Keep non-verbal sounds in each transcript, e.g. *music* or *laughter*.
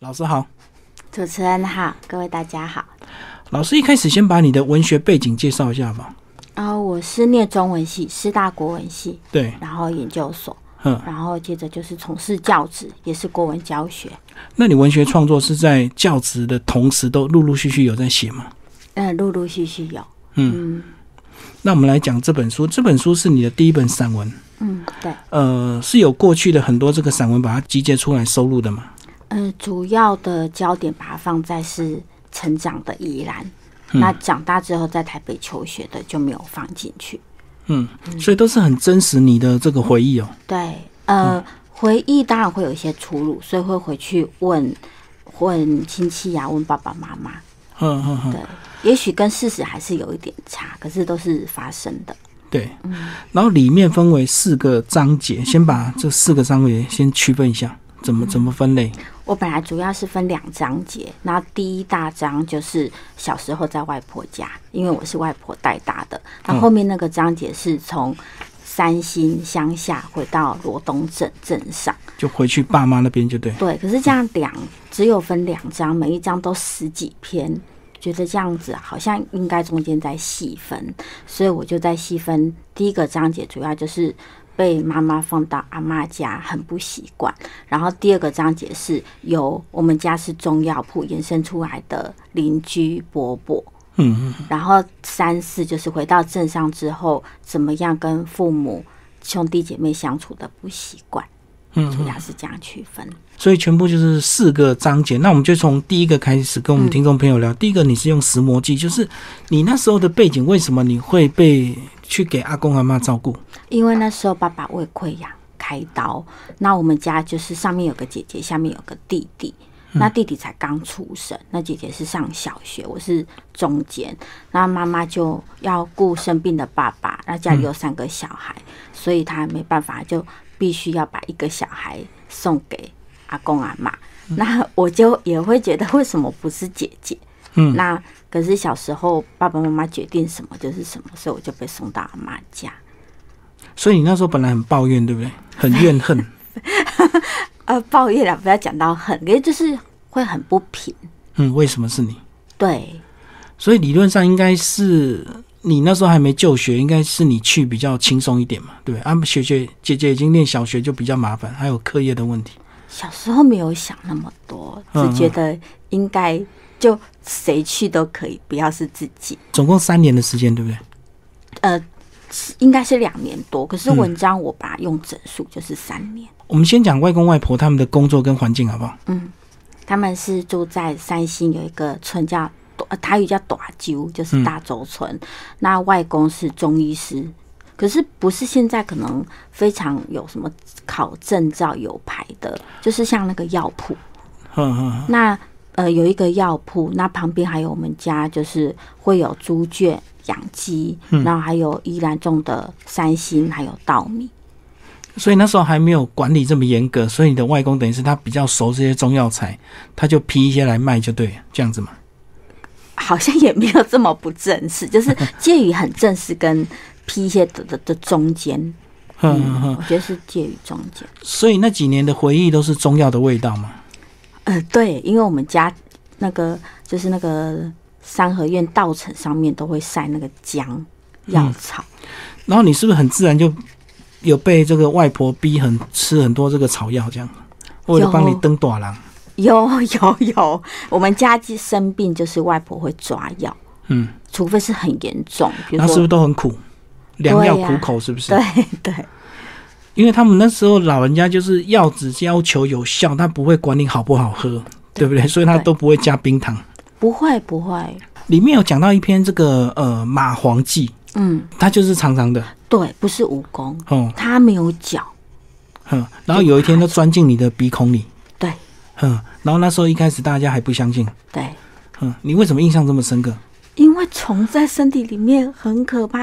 老师好，主持人好，各位大家好。老师一开始先把你的文学背景介绍一下吧。然后呃我是念中文系，师大国文系，对，然后研究所，嗯，然后接着就是从事教职，也是国文教学。那你文学创作是在教职的同时都陆陆续续有在写吗？嗯，陆陆续续有。嗯那我们来讲这本书，这本书是你的第一本散文，嗯，对，呃，是有过去的很多这个散文把它集结出来收录的嘛？嗯，主要的焦点把它放在是成长的宜兰，那长大之后在台北求学的就没有放进去。嗯，所以都是很真实你的这个回忆哦。对，呃，回忆当然会有一些出入，所以会回去问问亲戚呀、问爸爸妈妈。嗯嗯嗯，对，也许跟事实还是有一点差，可是都是发生的。对。然后里面分为四个章节，先把这四个章节先区分一下，怎么怎么分类？我本来主要是分两章节，然后第一大章就是小时候在外婆家，因为我是外婆带大的。那后面那个章节是从三星乡下回到罗东镇镇上。就回去爸妈那边就对。对，可是这样两只有分两章，每一章都十几篇，觉得这样子好像应该中间在细分，所以我就在细分第一个章节，主要就是被妈妈放到阿妈家很不习惯，然后第二个章节是由我们家是中药铺延伸出来的邻居伯伯。嗯嗯然后三四就是回到镇上之后，怎么样跟父母兄弟姐妹相处的不习惯，嗯主要是这样区分。所以全部就是四个章节。那我们就从第一个开始跟我们听众朋友聊。第一个，你是用石磨记，就是你那时候的背景，为什么你会被去给阿公阿妈照顾？因为那时候爸爸胃溃疡开刀，那我们家就是上面有个姐姐，下面有个弟弟。那弟弟才刚出生，那姐姐是上小学，我是中间。那妈妈就要顾生病的爸爸，那家里有三个小孩，所以她没办法，就必须要把一个小孩送给阿公阿妈。那我就也会觉得，为什么不是姐姐？嗯那可是小时候爸爸妈妈决定什么就是什么，所以我就被送到阿妈家。所以你那时候本来很抱怨，对不对？很怨恨。呃，抱怨了，不要讲到恨，可是就是会很不平。嗯，为什么是你？对，所以理论上应该是你那时候还没就学，应该是你去比较轻松一点嘛，对不对？啊，学姐姐姐已经念小学就比较麻烦，还有课业的问题。小时候没有想那么多，只觉得应该就谁去都可以，不要是自己。总共三年的时间，对不对？呃，是应该是两年多，可是文章我把它用整数，就是三年。我们先讲外公外婆他们的工作跟环境好不好？他们是住在三星有一个村叫短呃台语叫短鸠，就是大洲村。那外公是中医师，可是不是现在可能非常有什么考证照有牌的，就是像那个药铺。嗯嗯嗯那呃有一个药铺，那旁边还有我们家就是会有猪圈、养鸡，然后还有依兰种的三星，还有稻米。所以那时候还没有管理这么严格，所以你的外公等于是他比较熟这些中药材，他就批一些来卖，就对了，这样子嘛。好像也没有这么不正式，就是介于很正式跟批一些的的的中间，嗯嗯嗯。我觉得是介于中间。所以那几年的回忆都是中药的味道嘛。呃，对，因为我们家那个就是那个三合院稻城上面都会晒那个姜药草，嗯然后你是不是很自然就有被这个外婆逼很吃很多这个草药这样？为了帮你登短廊，有 *laughs* 有有，我们家一生病就是外婆会抓药，嗯，除非是很严重，比然后是不如说是都很苦？良药对呀苦口是不是？对对因为他们那时候老人家就是药只要求有效，他不会管你好不好喝，对不对？所以他对都不会加冰糖。不会不会，里面有讲到一篇这个呃蚂蟥记，嗯，它就是长长的，对，不是蜈蚣，哦、它没有脚，嗯，然后有一天都钻进你的鼻孔里，对嗯，然后那时候一开始大家还不相信，对。嗯，你为什么印象这么深刻？因为虫在身体里面很可怕，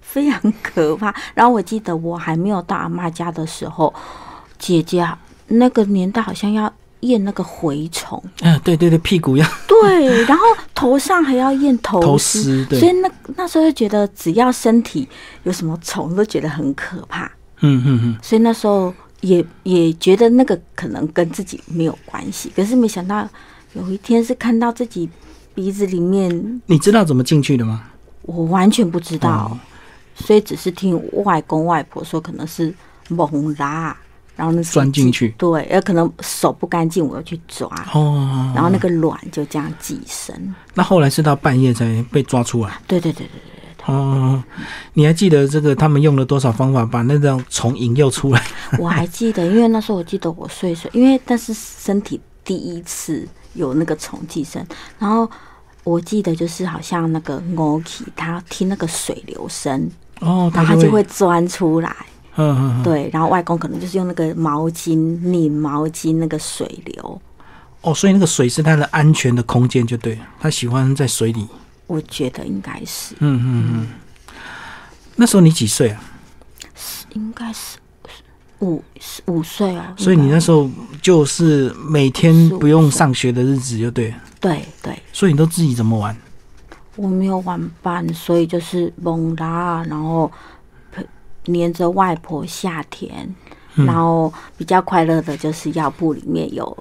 非常可怕。然后我记得我还没有到阿妈家的时候，姐姐啊那个年代好像要验那个蛔虫，嗯、对对对，屁股要对，然后头上还要验头头虱，湿，所以对，那那时候就觉得只要身体有什么虫都觉得很可怕， *laughs* 嗯嗯嗯，所以那时候也也觉得那个可能跟自己没有关系，可是没想到有一天是看到自己鼻子里面，你知道怎么进去的吗？我完全不知道，嗯所以只是听外公外婆说可能是猛拉，然后那是钻进去对，也可能手不干净，我要去抓，哦，然后那个卵就这样寄生。那后来是到半夜才被抓出来。对对对对对，哦，你还记得这个他们用了多少方法把那种虫引诱出来？我还记得，因为那时候我记得我睡一睡，因为但是身体第一次有那个虫寄生，然后我记得就是好像那个 Oki 他听那个水流声， *laughs* 哦，它然后他就就会，钻出来。嗯嗯，嗯对，然后外公可能就是用那个毛巾拧毛巾那个水流，哦，所以那个水是它的安全的空间，就对了，它喜欢在水里。我觉得应该是嗯嗯嗯。那时候你几岁啊？应该是五十五岁哦，所以你应该那时候就是每天不用上学的日子，就对了。对对，所以你都自己怎么玩？我没有玩伴，所以就是蒙拉，然后陪黏着外婆下田，嗯然后比较快乐的就是药铺里面有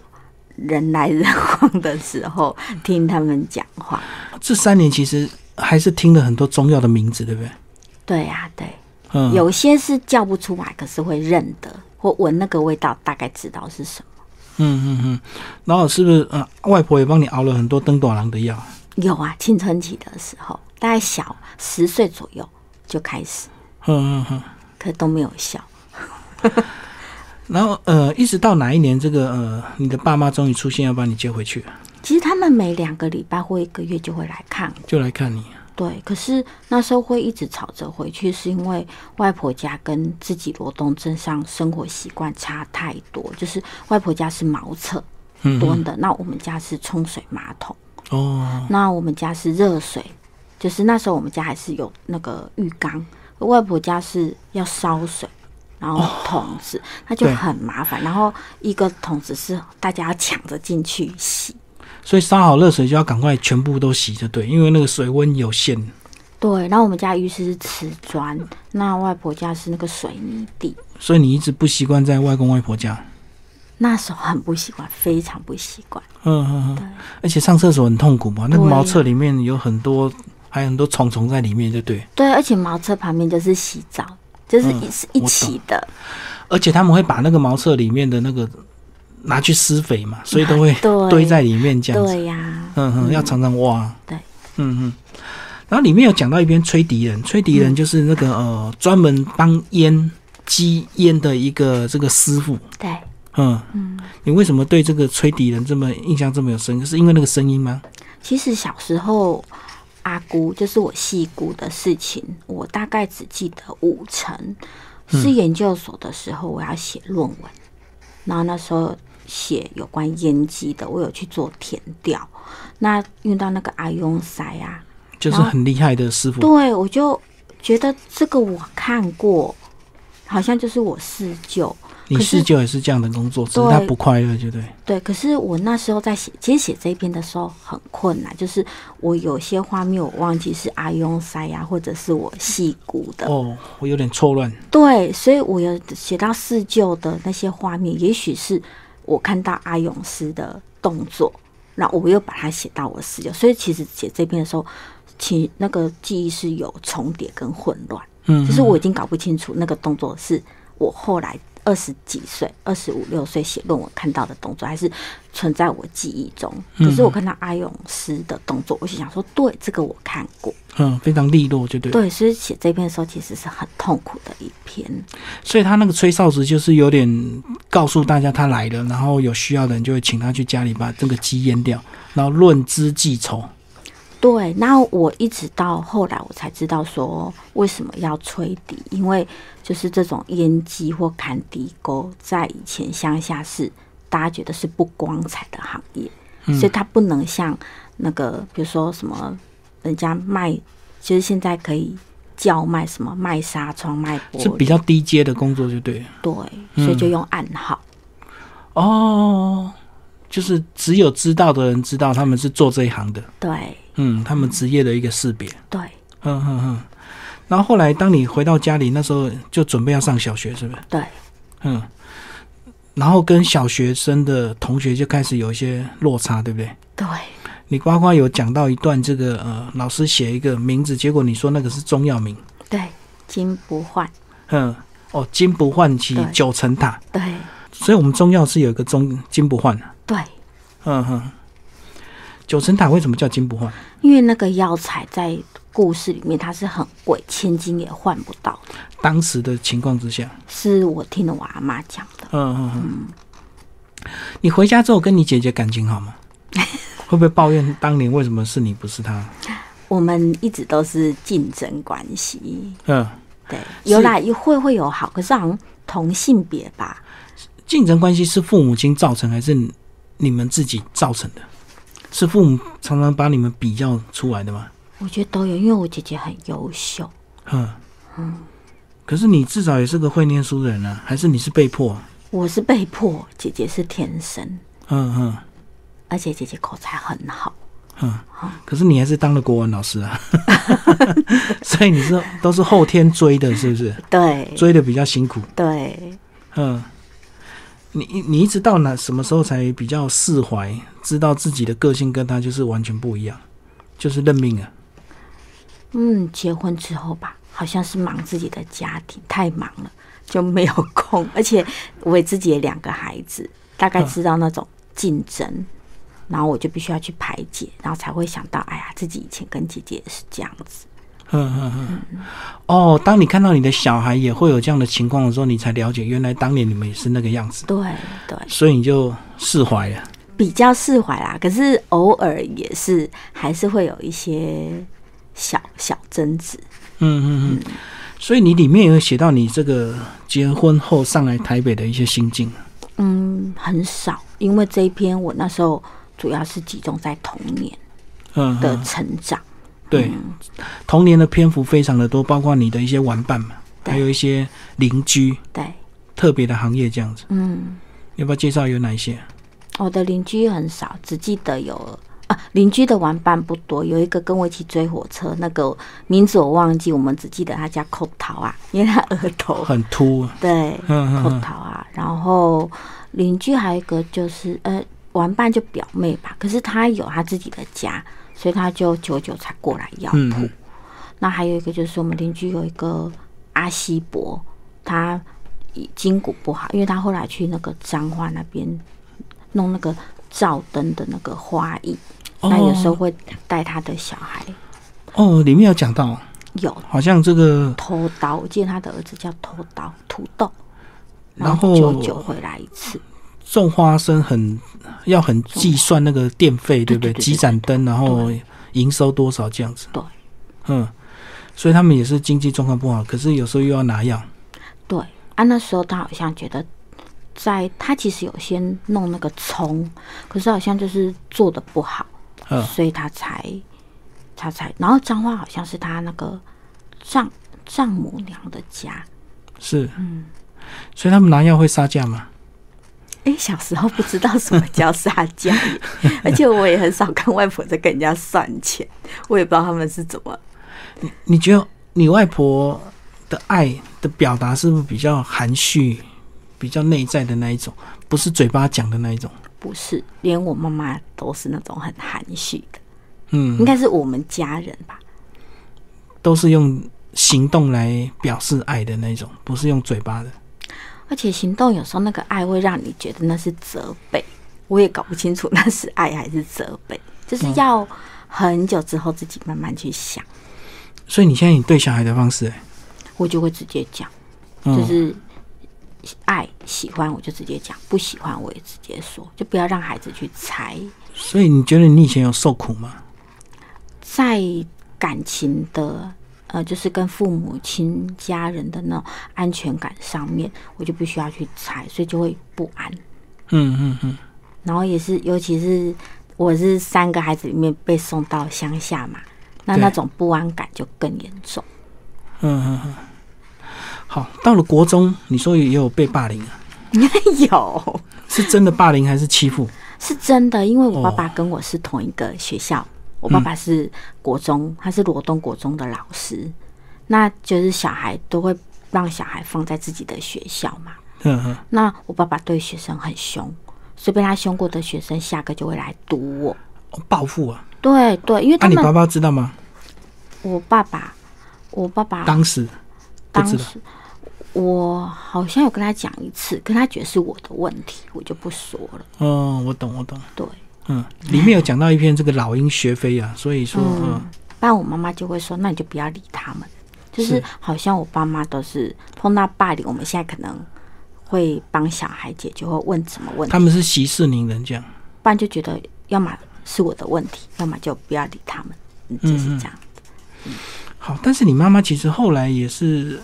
人来人往的时候，听他们讲话。这三年其实还是听了很多中药的名字，对不对？对呀、对，嗯，有些是叫不出来，可是会认得或闻那个味道，大概知道是什么。嗯嗯嗯，然后是不是呃，外婆也帮你熬了很多登短郎的药？有啊，青春期的时候，大概小十岁左右就开始，嗯嗯嗯，可都没有效。然后呃，一直到哪一年这个呃，你的爸妈终于出现要把你接回去，其实他们每两个礼拜或一个月就会来看我。就来看你。对，可是那时候会一直吵着回去，是因为外婆家跟自己罗东镇上生活习惯差太多。就是外婆家是茅厕嗯蹲的，那我们家是冲水马桶，哦，那我们家是热水，就是那时候我们家还是有那个浴缸，外婆家是要烧水。然后桶子，那就哦对很麻烦。然后一个桶子是大家要抢着进去洗，所以烧好热水就要赶快全部都洗，就对，因为那个水温有限。对。然后我们家浴室是瓷砖，那外婆家是那个水泥地，所以你一直不习惯在外公外婆家。那时候很不习惯，非常不习惯。嗯嗯嗯，而且上厕所很痛苦嘛，那个对啊茅厕里面有很多，还有很多虫虫在里面，就对。对，而且茅厕旁边就是洗澡，就是一、嗯是一我起的，而且他们会把那个茅厕里面的那个拿去施肥嘛，所以都会啊对堆在里面这样子。对呀、嗯哼，要常常挖。对，嗯哼。然后里面有讲到一篇吹笛人，吹笛嗯人就是那个呃专门帮烟鸡烟的一个这个师傅。对，嗯，嗯，你为什么对这个吹笛人这么印象这么有深刻？是因为那个声音吗？其实小时候阿姑就是我细姑的事情，我大概只记得五成。是研究所的时候，我要写论文，然后那时候写有关烟机的，我有去做填调，那用到那个阿庸塞啊，就是很厉害的师傅。对，我就觉得这个我看过，好像就是我四舅。你可是是就也是这样的工作，只是他不快乐，就对。呃对，可是我那时候在写，其实写这一篇的时候很困难，就是我有些画面我忘记是阿庸塞呀、或者是我细骨的。哦，我有点错乱。对，所以我有写到四舅的那些画面，也许是我看到阿勇师的动作，然后我又把它写到我四舅，所以其实写这篇的时候，其那个记忆是有重叠跟混乱。嗯，就是我已经搞不清楚那个动作是我后来二十几岁、二十五六岁写论文看到的动作，还是存在我记忆中。可嗯是我看到阿勇师的动作，我就想说，对，这个我看过。嗯，非常利落，就对。对，所以写这篇的时候其实是很痛苦的一篇。所以他那个吹哨子就是有点告诉大家他来了，然后有需要的人就会请他去家里把这个鸡阉掉，然后论资计酬。对，那我一直到后来我才知道说为什么要吹笛，因为就是这种烟机或砍笛钩，在以前乡下是大家觉得是不光彩的行业，嗯所以它不能像那个比如说什么人家卖，就是现在可以叫卖什么卖纱窗、卖玻是比嗯璃，较低阶的工作，就对了。对，所以就用暗号。哦，就是只有知道的人知道他们是做这一行的，对嗯，他们职业的一个识别。对，嗯嗯嗯。然后后来当你回到家里，那时候就准备要上小学，是不是？对，嗯。然后跟小学生的同学就开始有一些落差，对不对？对，你呱呱有讲到一段这个呃，老师写一个名字，结果你说那个是中药名，对，金不换，嗯，哦，金不换其对九层塔，对所以我们中药是有一个中金不换的，对，嗯哼。九层塔为什么叫金不换？因为那个药材在故事里面它是很贵，千金也换不到的，当时的情况之下，是我听了我阿妈讲的。嗯嗯嗯。你回家之后跟你姐姐感情好吗？会不会抱怨当年为什么是你不是她？我们一直都是竞争关系，嗯，对，是有啦，会会有好，可是好像同性别吧，竞争关系是父母亲造成还是你们自己造成的？是父母常常把你们比较出来的吗？我觉得都有，因为我姐姐很优秀，嗯，可是你至少也是个会念书的人啊，还是你是被迫？我是被迫，姐姐是天生，嗯嗯而且姐姐口才很好，嗯，可是你还是当了国文老师啊， *laughs* 所以你是都是后天追的，是不是？对追的比较辛苦。对，嗯，你你一直到哪什么时候才比较释怀，知道自己的个性跟他就是完全不一样，就是认命啊。嗯，结婚之后吧，好像是忙自己的家庭，太忙了就没有空，而且我也自己也两个孩子，大概知道那种竞争，然后我就必须要去排解，然后才会想到，哎呀，自己以前跟姐姐也是这样子，嗯嗯嗯。哦，当你看到你的小孩也会有这样的情况的时候，你才了解原来当年你们也是那个样子，对对，所以你就释怀了。比较释怀啦。可是偶尔也是还是会有一些小小争执，嗯嗯嗯。所以你里面有写到你这个结婚后上来台北的一些心境。嗯，很少，因为这一篇我那时候主要是集中在童年嗯，嗯的成长。对，童年的篇幅非常的多，包括你的一些玩伴嘛，对还有一些邻居，对，特别的行业这样子。嗯，要不要介绍有哪一些？我的邻居很少，只记得有啊，邻居的玩伴不多。有一个跟我一起追火车，那个名字我忘记，我们只记得他叫寇桃啊，因为他额 *laughs* 头很秃，对嗯嗯寇嗯桃啊。然后邻居还有一个就是呃，玩伴就表妹吧，可是她有她自己的家，所以她就久久才过来要。嗯嗯，那还有一个就是我们邻居有一个阿西伯，他筋骨不好，因为他后来去那个彰化那边弄那个照灯的那个花艺，哦那有时候会带他的小孩哦，里面有讲到，有好像这个，偷刀，我记得他的儿子叫偷刀土豆，然后久久后回来一次，种花生很要很计算那个电费，对对不对？对对几盏灯，然后营收多少这样子。对，嗯，所以他们也是经济状况不好，可是有时候又要拿药。对啊，那时候他好像觉得。在他其实有先弄那个葱，可是好像就是做的不好，嗯所以他才他才，然后彰化好像是他那个丈丈母娘的家。是，所以他们拿药会杀价嘛？哎，小时候不知道什么叫杀价耶，而且我也很少看外婆在跟人家算钱，我也不知道他们是怎么。你觉得你外婆的爱的表达是不是比较含蓄、比较内在的那一种，不是嘴巴讲的那一种？不是，连我妈妈都是那种很含蓄的，嗯应，该是我们家人吧？都是用行动来表示爱的那一种，不是用嘴巴的。而且行动有时候那个爱会让你觉得那是责备，我也搞不清楚那是爱还是责备，就是要很久之后自己慢慢去想，所以你现在你对小孩的方式、欸，我就会直接讲。就嗯，是爱喜欢我就直接讲，不喜欢我也直接说，就不要让孩子去猜。所以你觉得你以前有受苦吗？在感情的呃，就是跟父母亲、家人的那种安全感上面，我就必须要去猜，所以就会不安。嗯嗯嗯，然后也是，尤其是我是三个孩子里面被送到乡下嘛，那对那种不安感就更严重。 *laughs* 好，到了国中，你说也有被霸凌啊？有是真的霸凌还是欺负？是真的，因为我爸哦嗯爸跟我是同一个学校，我爸爸是国中，他是罗东国中的老师，那就是小孩都会让小孩放在自己的学校嘛，嗯嗯，那我爸爸对学生很凶，所以被他凶过的学生下课就会来堵我。哦报复啊！对对，因为啊，他你们、爸爸知道吗？我爸爸，我爸爸当时不当知道时我好像有跟他讲一次，可他觉得是我的问题，我就不说了。哦，我懂，我懂。对，嗯，里面有讲到一篇这个老鹰学飞啊，所以说，嗯，不然我妈妈就会说，那你就不要理他们。就是是好像我爸妈都是碰到霸凌，我们现在可能会帮小孩解决，会问什么问题，他们是息事宁人这样。不然就觉得要么是我的问题，要么就不要理他们，嗯就是这样。好，但是你妈妈其实后来也是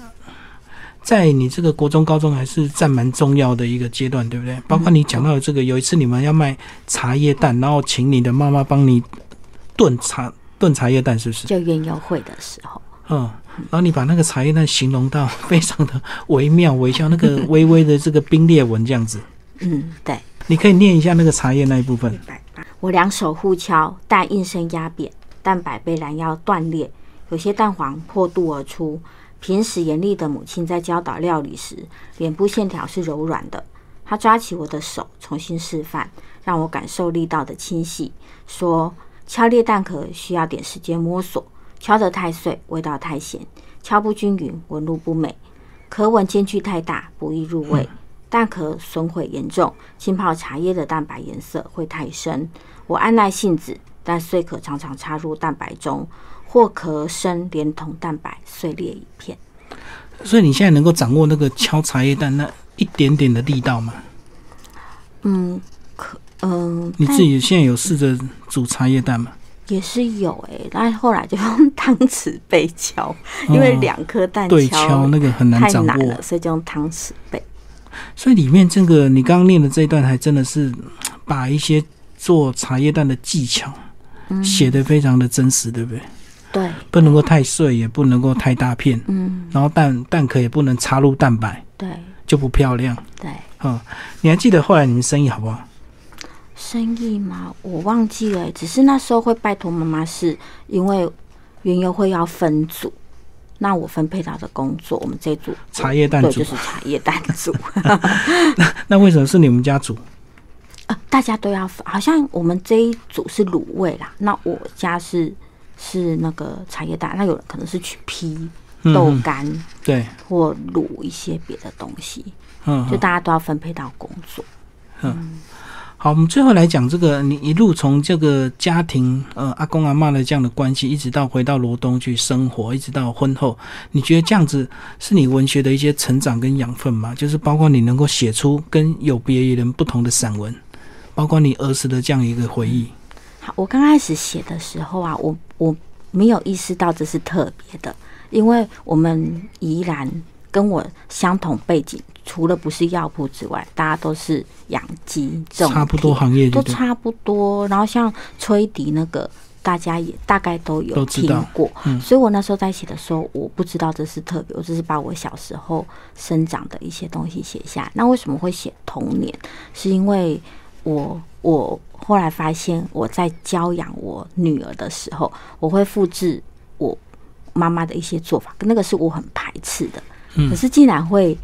在你这个国中、高中还是占蛮重要的一个阶段，对不对？包括你讲到的这个，有一次你们要卖茶叶蛋，然后请你的妈妈帮你炖茶炖茶叶蛋，是不是？就园游会的时候，嗯，然后你把那个茶叶蛋形容到非常的惟妙惟肖，那个微微的这个冰裂纹这样子，嗯，对。你可以念一下那个茶叶那一部分。我两手互敲，但应声压扁，蛋白被拦腰断裂，有些蛋黄破肚而出。平时严厉的母亲在教导料理时，脸部线条是柔软的。她抓起我的手，重新示范，让我感受力道的清晰，说：敲裂蛋壳需要点时间摸索，敲得太碎，味道太咸；敲不均匀，纹路不美。壳纹间距太大，不易入味。蛋壳损毁严重，浸泡茶叶的蛋白颜色会太深。我按耐性子，但碎壳常常插入蛋白中，或壳身连同蛋白碎裂一片。所以你现在能够掌握那个敲茶叶蛋那一点点的力道嘛？嗯，可嗯，你但自己现在有试着煮茶叶蛋吗？也是有诶、但后来就用汤匙被敲，因为哦两颗蛋对敲那个很难太掌难握了，，所以就用汤匙被。所以里面这个你刚刚念的这一段，还真的是嗯把一些做茶叶蛋的技巧嗯写得非常的真实，对不对？对，不能够太碎，也不能够太大片，嗯，然后蛋蛋壳也不能插入蛋白，对就不漂亮。对。嗯，你还记得后来你们生意好不好？生意吗？我忘记了，只是那时候会拜托妈妈，是因为园游会要分组，那我分配到的工作，我们这一组茶叶蛋对组就，是茶叶蛋组， *laughs* 那为什么是你们家煮？呃大家都要分，好像我们这一组是卤味啦，那我家是是那个茶叶蛋，那有人可能是去批豆嗯干对，或卤一些别的东西，嗯，就大家都要分配到工作。好，我们最后来讲这个，你一路从这个家庭，呃，阿公阿妈的这样的关系，一直到回到罗东去生活，一直到婚后，你觉得这样子是你文学的一些成长跟养分吗？就是包括你能够写出跟有别于人不同的散文，包括你儿时的这样一个回忆。好，我刚开始写的时候啊，我我没有意识到这是特别的，因为我们宜兰跟我相同背景，除了不是药铺之外，大家都是养鸡种差不田多行业就都对差不多。然后像吹笛那个，大家也大概都有都知听道嗯过，所以我那时候在写的时候，我不知道这是特别，我只是把我小时候生长的一些东西写下来。那为什么会写童年？是因为我我后来发现，我在教养我女儿的时候，我会复制我妈妈的一些做法，那个是我很排斥的。嗯可是竟然会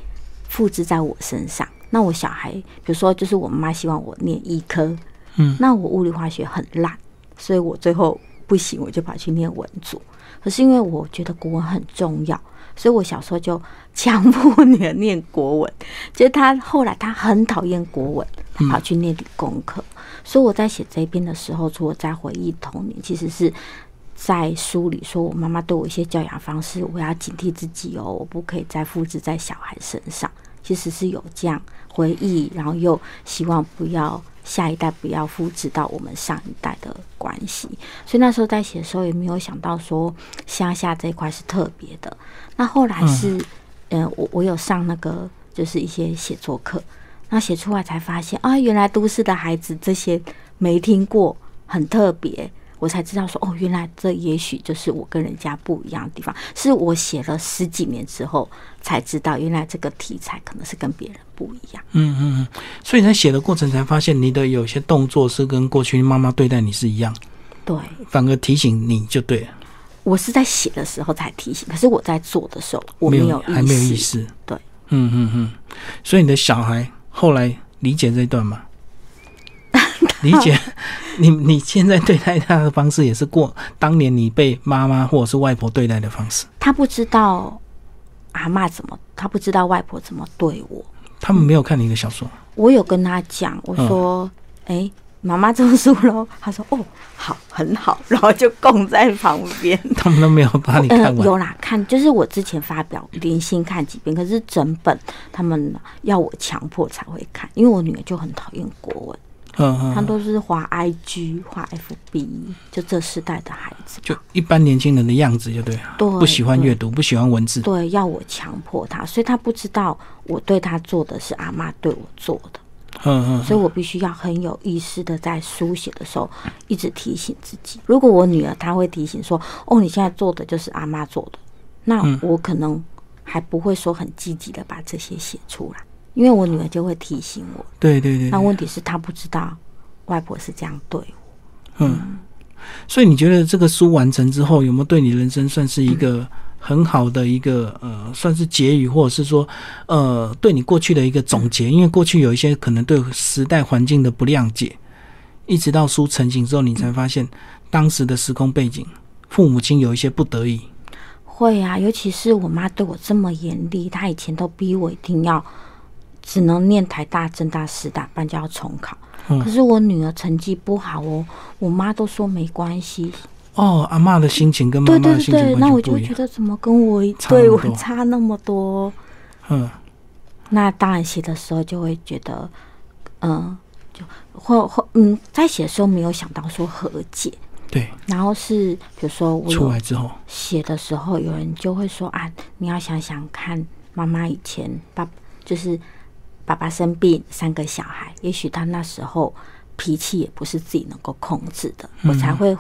复制在我身上，那我小孩，比如说就是我妈妈希望我念医科，嗯，那我物理化学很烂，所以我最后不行，我就跑去念文组。可是因为我觉得国文很重要，所以我小时候就强迫女儿念国文。就是她后来她很讨厌国文，她跑去念理工科。所以我在写这一篇的时候，除了在回忆童年，其实是在梳理说我妈妈对我一些教养方式，我要警惕自己哦，我不可以再复制在小孩身上。其实是有这样回忆，然后又希望不要下一代不要复制到我们上一代的关系。所以那时候在写的时候，也没有想到说乡下这一块是特别的。那后来是，嗯、呃，我我有上那个就是一些写作课，那写出来才发现啊，原来都市的孩子这些没听过，很特别。我才知道说哦，原来这也许就是我跟人家不一样的地方，是我写了十几年之后才知道，原来这个题材可能是跟别人不一样。嗯嗯嗯。所以你在写的过程才发现，你的有些动作是跟过去妈妈对待你是一样，对反而提醒你就对了，我是在写的时候才提醒，可是我在做的时候我没有还没有意识。对，嗯嗯嗯，所以你的小孩后来理解这一段 *laughs* 吗？理解， *laughs* 你你现在对待他的方式也是过当年你被妈妈或者是外婆对待的方式，他不知道阿嬷怎么，他不知道外婆怎么对我。他们没有看你的小说，我有跟他讲，嗯我说：“哎、妈妈中暑喽。” *laughs* 他说：“哦，好，很好。”然后就供在旁边。他们都没有把你看完。嗯 *laughs* 呃有啦，看就是我之前发表连心看几遍，可是整本他们要我强迫才会看，因为我女儿就很讨厌国文，嗯嗯，她嗯都是滑 IG、滑 FB，就这世代的孩子。就一般年轻人的样子，就对了。对，不喜欢对阅读，不喜欢文字。对，要我强迫他，所以他不知道我对他做的是阿妈对我做的，嗯嗯所以我必须要很有意识的在书写的时候一直提醒自己。如果我女儿她会提醒说：“哦，你现在做的就是阿妈做的”，那我可能还不会说很积极的把这些写出来，因为我女儿就会提醒我。对对对那对。问题是，她不知道外婆是这样对我。嗯所以你觉得这个书完成之后，有没有对你人生算是一嗯个很好的一个呃，算是结语，或者是说呃，对你过去的一个总结？因为过去有一些可能对时代环境的不谅解，一直到书成型之后，你才发现当时的时空背景，父母亲有一些不得已。会啊，尤其是我妈对我这么严厉，她以前都逼我一定要只能念台大、政大、师大，不然就要重考。嗯可是我女儿成绩不好哦，我妈都说没关系。哦，阿嬷的心情跟妈对妈对的对心情对，那完我全就不会一觉样。得怎么跟我差那对么我多差那么多？嗯那当然写的时候就会觉得，嗯，就或或嗯，在写的时候没有想到说和解，对，然后是比如说我出有来之后，写的时候，有人就会说啊，你要想想看，妈妈以前爸就是爸爸生病，三个小孩，也许他那时候脾气也不是自己能够控制的，我才会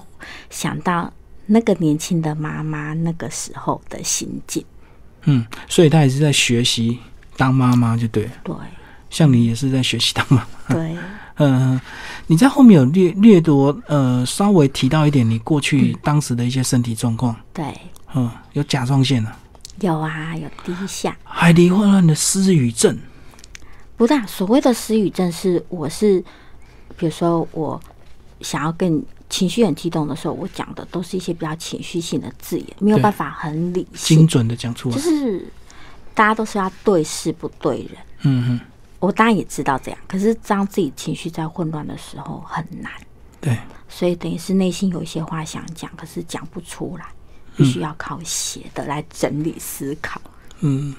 想到那个年轻的妈妈那个时候的心境。嗯，所以她也是在学习当妈妈，就对了。对像你也是在学习当妈妈。对，嗯，你在后面有略略多呃稍微提到一点你过去当时的一些身体状况，对，嗯，有甲状腺啊，有啊，有低下。还罹患了失语症，不大，所谓的失语症是，我是，比如说我想要跟你情绪很激动的时候，我讲的都是一些比较情绪性的字眼，没有对办法很理精性，准的讲出来就，是大家都是要对事不对人。嗯嗯，我当然也知道这样，可是当自己情绪在混乱的时候很难，对，所以等于是内心有一些话想讲，可是讲不出来，必须要靠写的来整理思考。嗯，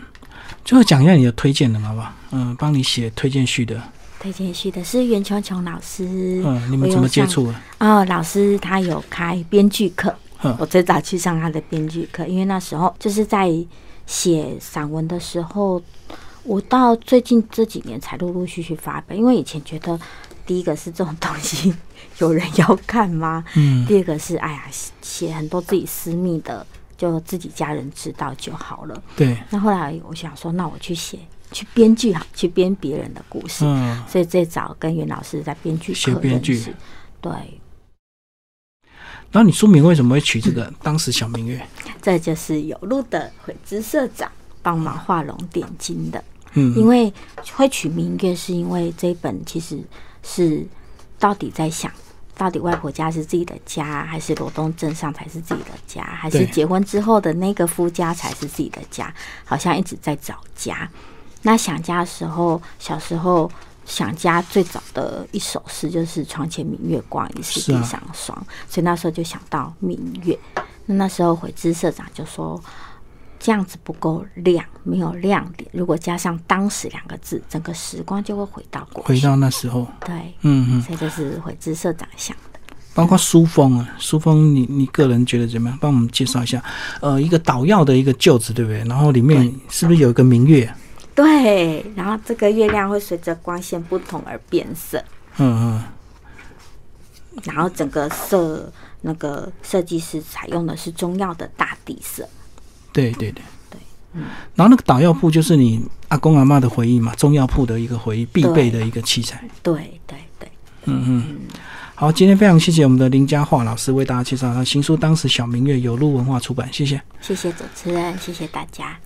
最后讲一下你的推荐人好不好？嗯，帮你写推荐序的，推荐序的是袁琼琼老师，嗯，你们我怎么有接上触的？哦，老师他有开编剧课嗯，我最早去上他的编剧课，因为那时候就是在写散文的时候，我到最近这几年才陆陆续续发表，因为以前觉得第一个是这种东西 *laughs* 有人要 *laughs* 看吗？嗯第二个是哎呀，写很多自己私密的，就自己家人知道就好了。对，那后来我想说，那我去写，去编剧好，去编别人的故事。嗯，所以最早跟袁老师在编剧写课编认剧识，对，然后你书名为什么会取这个？当时小明月，这就是有路的悔之社长帮忙画龙点睛的。嗯，因为会取明月，是因为这一本其实是到底在想，到底外婆家是自己的家，还是罗东镇上才是自己的家，还是对结婚之后的那个夫家才是自己的家？好像一直在找家。那想家的时候，小时候想家最早的一首诗就是“床前明月光，疑是是啊地上霜”，所以那时候就想到明月。那那时候回知社长就说，这样子不够亮，没有亮点。如果加上“当时”两个字，整个时光就会回到过回去。到那时候，对，嗯嗯。所以这是回知社长想的。包括书风啊，书风你你个人觉得怎么样？帮我们介绍一下，呃，一个捣药的一个臼子，对不对？然后里面是不是有一个明月？对，然后这个月亮会随着光线不同而变色，嗯嗯，然后整个色那个设计师采用的是中药的大地色。对对对对。然后那个捣药铺就是你阿公阿妈的回忆嘛，中药铺的一个回忆，必备的一个器材。嗯对对对，好，今天非常谢谢我们的林家华老师为大家介绍他新书，当时小明月有路文化出版，谢谢。谢谢主持人，谢谢大家。